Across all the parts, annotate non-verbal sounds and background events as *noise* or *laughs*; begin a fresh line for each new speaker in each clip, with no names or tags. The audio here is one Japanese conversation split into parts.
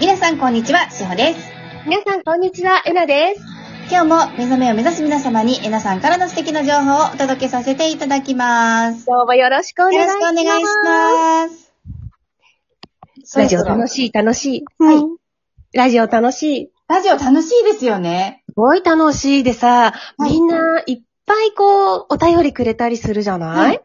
皆さんこんにちは、しほです。
皆さん、こんにちは。えなです。
今日も目覚めを目指す皆様に、えなさんからの素敵な情報をお届けさせていただきます。よ
どうもよろしくお
ろ
願いし
しくお
ます。
願いします。
ラジオ楽
し
しい、楽しい。
はい
うん。ラジオ楽しい。
い。ラジオ楽しいですよね。
すごい楽しいでさ、
はい
みんないっぱいこう、お便りくれたりするじゃない、
はい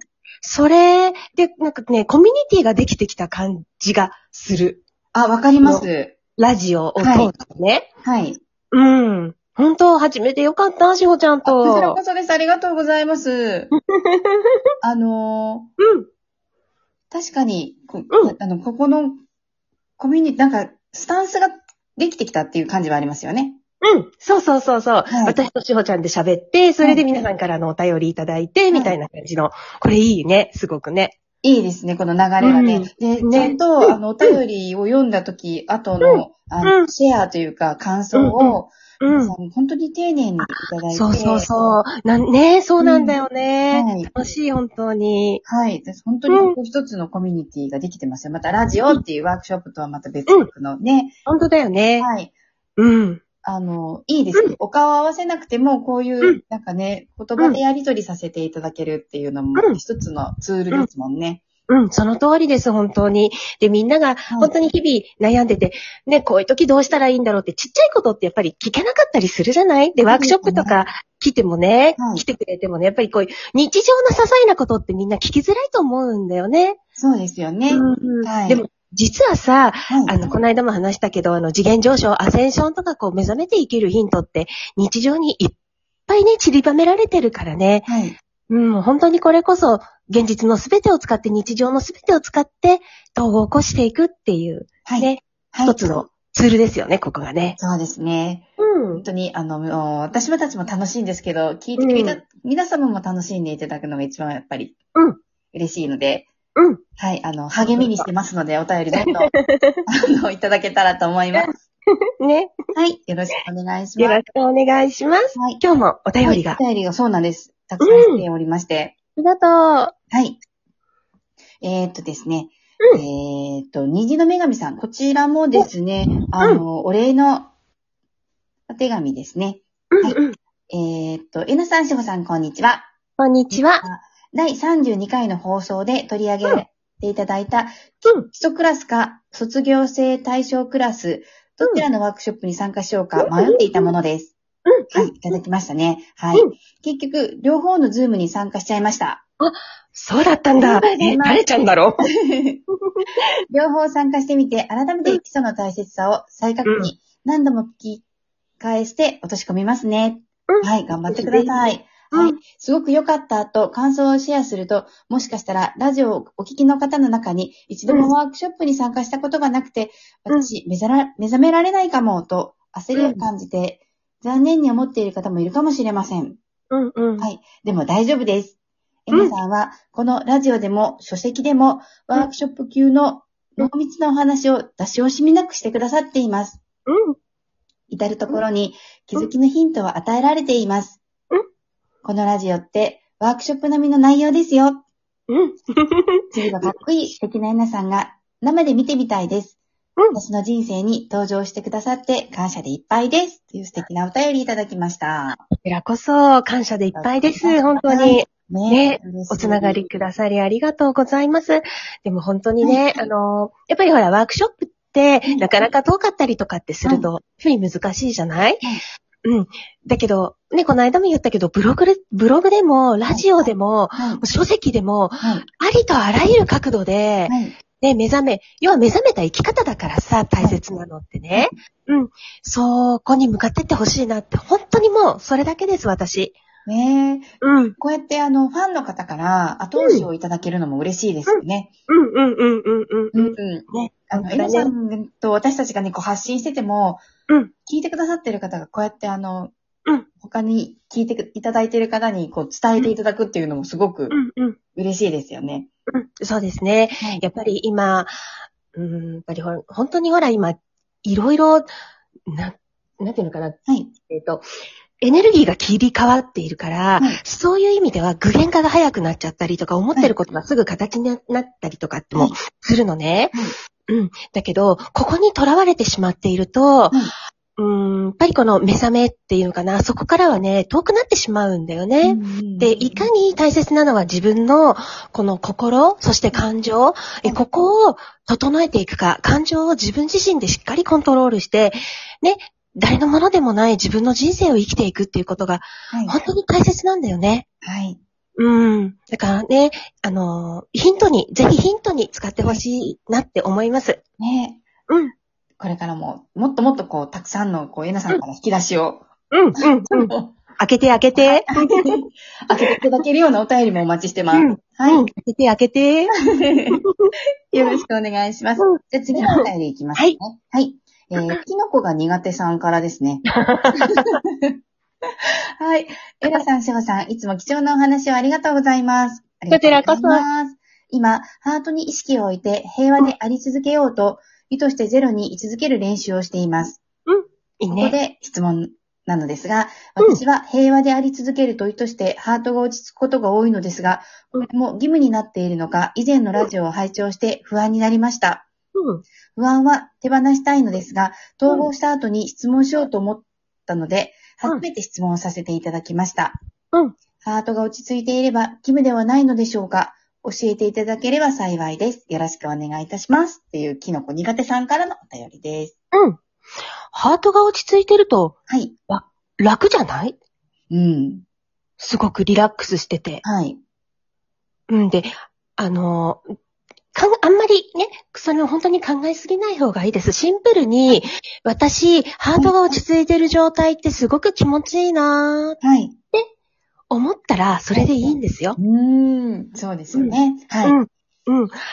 それで、なんかね、コミュニティができてきた感じがする。
あ、わかります。
ラジオを通ってね。
はい。
うん。本当初めてよかった、しほちゃん
あこちら
と
こ。そです。ありがとうござい *laughs* ます。あの
うん。
ー確かに、こ
うん
あの、ここの、コミュニティ、なんか、スタンスができてきたっていう感じはありますよね。
うん。そうそうそうそう。
はい
私としほちゃんで喋って、それで皆さんからのお便りいただいて、みたいな感じの。これいいね。すごくね。
いいですね、この流れがね。
うん
で、
ね
ちゃんと、あの、お便りを読んだ時、後の、あの、
うん
シェアというか、感想を、
う
皆
ん
さ。ん本当に丁寧にいただいて。
そうそうそう。なんねそうなんだよね。
はい
楽しい、本当に。
はい。で本当にここ一つのコミュニティができてますよ。また、ラジオっていうワークショップとはまた別枠のね。
本当だよね。
はい。
うん。、
あの、いいですね。お顔合わせなくても、こういううんなんかね、言葉でやりとりさせていただけるっていうのも
う、ん
一つのツールですもんね。
うん、その通りです、本当に。で、みんな
は
が、
い
本当に日々悩んでて、ね、こういう時どうしたらいいんだろうって、ちっちゃいことってやっぱり聞けなかったりするじゃないで、ワークショップとか来てもね、
はい
来てくれてもね、やっぱりこういう日常の些細なことってみんな聞きづらいと思うんだよね。
そうですよね。
うん
はい
でも、実はさ、
はい。
あの、この間も話したけど、あの、次元上昇、アセンションとかこう目覚めて生きるヒントって、日常にいっぱいね、散りばめられてるからね。
はい。
うん、もう本当にこれこそ、現実のすべてを使って、日常のすべてを使って、統合を起こしていくっていう、
はい。
ね、
はい
一つのツールですよね、ここがね。
そうですね。
う
本。当に、あの、もう私たちも楽しいんですけど、聞いてくれた、
うん
皆様も楽しんでいただくのが一番やっぱり、
うん
嬉しいので、
うん。
はい、あの、励みにしてますので、お便りど
*laughs*
んどん、あの、いただけたらと思います。
ね。
はい、よろしくお願いし
よ
ま
ろしくお願いします。
す。はい。
今日もお便りが。
お便りが、そうなんです。たくさん来ておりまして、
りがとう。
はい。えー、っとですね、
うん
えー、っと、虹の女神さん、こちらもですね、あの、お礼のお手紙ですね。
うん
い
うん。
えー、っと、えなさん、しほさん、こんにちは。
こんにちは。
第32回の放送で取り上げ
うん
ていただいた、
うん。
基礎クラスか卒業生対象クラス、どちらのワークショップに参加しようか迷っていたものです。
う
は
ん。
い、いただきましたね。はい
うん。
結局、両方のズームに参加しちゃいました。
そうだったんだ。え、バレちゃうんだろう。
*laughs* 両方参加してみて、改めて基礎の大切さを再確
う
認、何度も聞き返して落とし込みますね。
うん
はい、頑張ってください。
う
はい
ん。
すごく良かったと感想をシェアすると、もしかしたらラジオをお聞きの方の中に一度もワークショップに参加したことがなくて、
うん
私目ざら目覚められないかもと焦りを感じて、残念に思っている方もいるかもしれません。
うんうん。
はい。でも大丈夫です。エ
うん
ナさんは、このラジオでも書籍でもワークショップ級の濃密なお話を出し惜しみなくしてくださっています。
うん。
至るところに気づきのヒントは与えられています
うん。
このラジオってワークショップ並みの内容ですよ。
うん。 *laughs*
次はかっこいい素敵なエナさんが生で見てみたいです。
うん
私の人生に登場してくださって感謝でいっぱいです。という素敵なお便りいただきました。
こちらこそ、感謝でいっぱいです。本当に。ね
嬉しい
おつながりくださりありがとうございます。でも本当にね、あの、やっぱりほら、ワークショップって、なかなか遠かったりとかってすると、ふに難しいじゃない、うん。だけど、ね、この間も言ったけど、ブログで、ブログでも、ラジオでも、
はい。
書籍でも、
はい。
ありとあらゆる角度で、
はい。
ね、目覚め、要は目覚めた生き方だからさ、大切なのってね。うん。そこに向かってってほしいなって、本当にもう、それだけです、私。
ねえ。
うん。
こうやってあの、ファンの方から後押しをいただけるのも嬉しいですよね。
うん、うん、うん、うん、うん、うん。
うん
ね。
あの、
そう
エ
だ
ナさ
ね
んと私たちがね、こう発信してても、
うん
聞いてくださってる方がこうやってあの、
うん
他に聞いてくいただいてる方にこう伝えていただくっていうのもすごく
うん、うん。
嬉しいですよね。
うんそうですね。
はい
やっぱり今、うん、やっぱりほら本当にほら今、いろいろ、な、なんていうのかな、
はい。
えっ、と、エネルギーが切り替わっているか
は
ら、
い
そういう意味では具現化が早くなっちゃったりとか、思ってることがすぐ形にななったりとかっても
は
するのね。
はい
うん。だけど、ここに囚われてしまっていると、うん、やっぱりこの目覚めっていうのかな、そこからはね、遠くなってしまうんだよね。で、いかに大切なのは自分の、この心、そして感情、えここを整えていくか、感情を自分自身でしっかりコントロールして、ね、誰のものでもない自分の人生を生きていくっていうことが、
はい。
本当に大切なんだよね。
はい。
うん。だからね、あの、ヒントに、ぜひヒントに使ってほしいなって思います。
ね
うん。
これからも、もっともっとこう、たくさんの、こう、えなさんから引き出しを、
うん、うん、うん。開けて開けて。
開けていただけるようなお便りもお待ちしてます。
うん
は
うん開けて開けて。
い。 *laughs* よろしくお願いします。
うん
じゃあ次のお便りいきますね。はい。えー、キノコが苦手さんからです
*laughs*
ね。はい。エラさん、シホさん、いつも貴重なお話をありがとうございます。ありがとうございます
こちら
今、ハートに意識を置いて平和であり続けようと、意図してゼロに居続ける練習をしています。
いい
ここ
ね。
で質問なのですが、
うん
私は平和であり続ける問いとしてハートが落ち着くことが多いのですが、
う
こ
ん
れも義務になっているのか、以前のラジオを拝聴して不安になりました。
うん。
不安は手放したいのですが、統合した後に質問しようと思ったので、
うん
初めて質問をさせていただきました。
うん
ハートが落ち着いていれば義務ではないのでしょうか教えていただければ幸いです。よろしくお願いいたします。っていう、キノコ苦手さんからのお便りです。
うん。ハートが落ち着いてると
はい。
楽じゃない
うん。
すごくリラックスしてて。
はい。
うんで、あのー、かん、あんまりね、それを本当に考えすぎない方がいいです。シンプルに、私、ハートが落ち着いてる状態ってすごく気持ちいいなー
はい。
思ったら、それでいいんですよ。
うーん、そうですよね。はい。
うん。うん。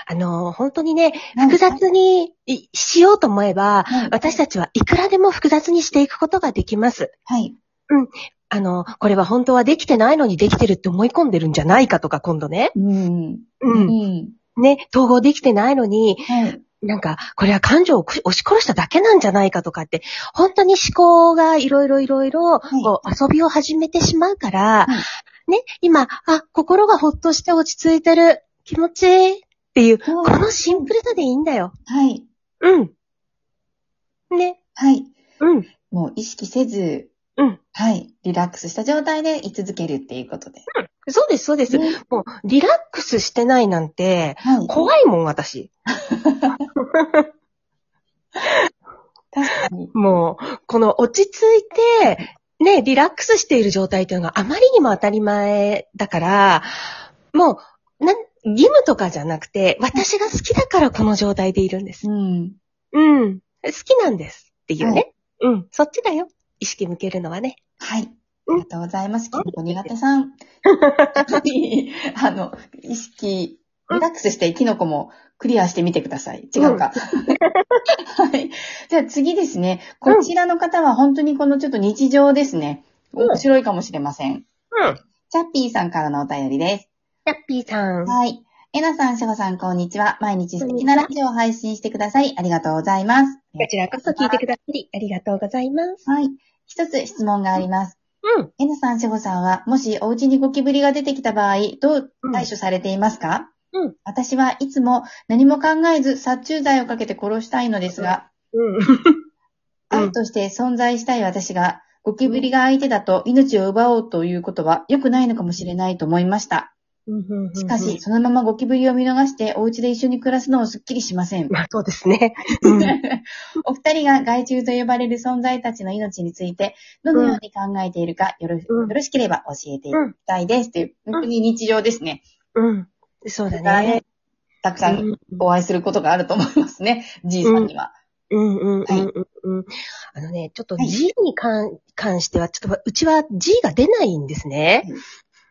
あのー、本当にね、
なん
複
か
雑にいしようと思えば、
はい
私たちはいくらでも複雑にしていくことができます。
はい。
あのー、これは本当はできてないのにできてるって思い込んでるんじゃないかとか、今度ね。
うん。う
うん。
ん。
ね、統合できてないのに、
はい。
なんか、これは感情をく押し殺しただけなんじゃないかとかって、本当に思考がいろいろいろいろ、
い
こう、遊びを始めてしまうから、
は
ね、今、あ、心がほっとして落ち着いてる、気持ちいいっていう、こ
は
のシンプルさでいいんだよ。
い。
うん。ね、
はい。
うん。
もう意識せず、
うん。
はい。リラックスした状態で居続けるっていうことで。
そうです、そうです。
ね
もう、リラックスしてないなんて、
はい。
怖いもん、私。
確かに。
もう、この落ち着いて、ね、リラックスしている状態というのがあまりにも当たり前だから、もう、なん、義務とかじゃなくて、私が好きだからこの状態でいるんです。
うん。
うん。好きなんですっていうね。うん。そっちだよ。意識向けるのはね。
はい。あ
うん
りがとうございます。きのこ苦手さん。はいあの、意識、リラックスしてキノコもクリアしてみてください。違うか。はい。じゃあ次ですね。こちらの方は本当にこのちょっと日常ですね。
うん
面白いかもしれません。
うん。
チャッピーさんからのお便りです。
ラッピーさん。
はい。えなさん、しほさん、こんにちは。毎日素敵なラジオを配信してください。ありがとうございます。
こちらこそ聞いてくださり、ありがとうございます。
はい。一つ質問があります。
うん。
えなさん、しほさんは、もしお家にゴキブリが出てきた場合、どう
うん
対処されていますか
うん。
私はいつも何も考えず殺虫剤をかけて殺したいのですが、
うん。うん
愛として存在したい私が、ゴキブリが相手だと命を奪おうということは良くないのかもしれないと思いました。しかし、、そのままゴキブリを見逃してお家で一緒に暮らすのをすっきりしません。
まあそうですね。うん。
お二人が害虫と呼ばれる存在たちの命について、どのように考えているか、よろよ
うん
ろしければ教えていただきたいです。という、
ん
本当に日常ですね。
うん。そうだ
これから
ね
ね。たくさんお会いすることがあると思いますね。じいさんには。
うんうんう
はい
んうんうん。あのね、ちょっと
はい
G に関,、関しては、ちょっとうちは G が出ないんですね。
はい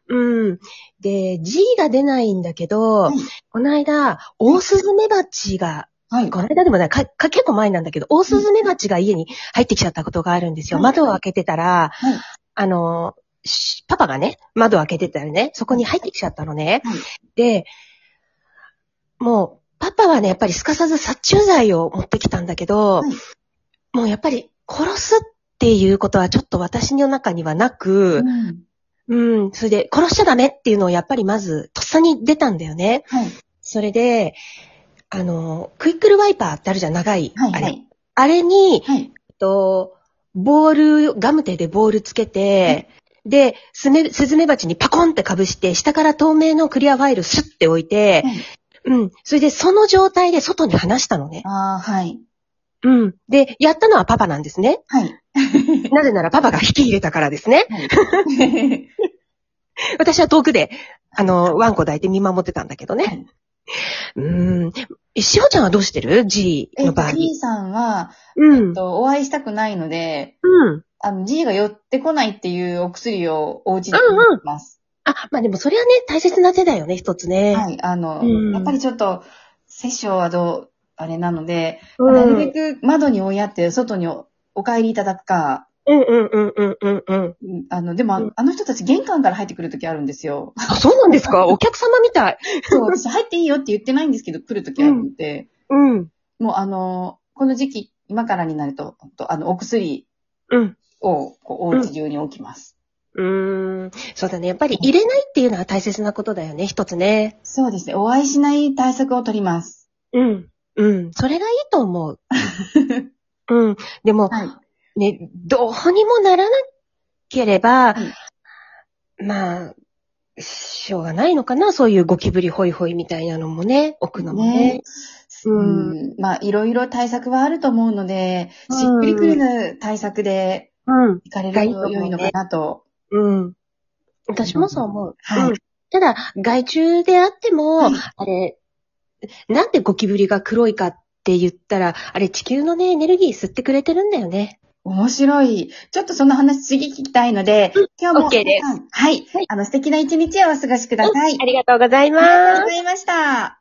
うん。で、G が出ないんだけど、
はい
この間、オオスズメバチが、
はい。
この間でもない、か、か結構前なんだけど、オオスズメバチが家に入ってきちゃったことがあるんですよ。
はい
窓を開けてたら、
はい
あの、しパパがね、窓を開けてたらね、そこに入ってきちゃったのね。
はい
で、もう、パパはね、やっぱりすかさず殺虫剤を持ってきたんだけど、
はい
もうやっぱり殺すっていうことはちょっと私の中にはな
う
く、
ん
うん、それで殺しちゃダメっていうのをやっぱりまず、とっさに出たんだよね。
はい。
それで、あの、クイックルワイパーってあるじゃん、長い。
はい、は
あれ
い。
あれに、
はい。
えっと、ボール、ガムテでボールつけて、で、スネスズメバチにパコンって被して、下から透明のクリアファイルスッて置いて、
はい
うん。それで、その状態で外に放したのね。
ああ、はい。
うん。で、やったのはパパなんですね。 *laughs*
はい。
なぜならパパが引き入れたからですね。
はい。
私は遠くで、あの、ワンコ抱いて見守ってたんだけどね。うん。えしおちゃんはどうしてる ?G
え
の
っと
場合。、
G さんは、
う
えっ
ん。
とお会いしたくないので、
うん。
あの、G が寄ってこないっていうお薬をお家で飲んでます。
あ、まあでもそれはね、大切な手だよね、一つね。
はい。あの、
うん
やっぱりちょっと、殺生はどう、あれなので、
うん
なるべく窓に追いやって、外におお帰りいただくか、
うんうんうんうんうんうん。
うんあの、でも、あ
うん
あの人たち玄関から入ってくるときあるんですよ。
あ、そうなんですかお客様みたい。
そう、私入っていいよって言ってないんですけど、来るときあるので、
うん。
もうあの、この時期、今からになると、ほんとあの、お薬
うん。
を、こう、お家中に置きます。
うーん。そうだね。やっぱり入れないっていうのは大切なことだよね、一つね。
そうですね。お会いしない対策を取ります。
うん。うん。それがいいと *laughs* 思う。うん。でも、
はい。
ね、どうにもならなければ、
は
まあ、しょうがないのかな、そういうゴキブリホイホイみたいなのもね、置くのもね。
ねう
うん。
ん。まあ、いろいろ対策はあると思うので、しっくりくる対策で
うん。
いかれ
がい
る
いと思
と
うね
良いのかなと。
うん。私もそう思う。
はい
うんただ、害虫であっても、
はい
あれ、なんでゴキブリが黒いかって言ったら、あれ地球のね、エネルギー吸ってくれてるんだよね。
面白い。ちょっとその話次聞きたいので、今日も、
OK です
はい。はい。あの、素敵な一日をお過ごしください。
ありがとうござ
あ
い
りが
ま
とう
す
ご。ざいました。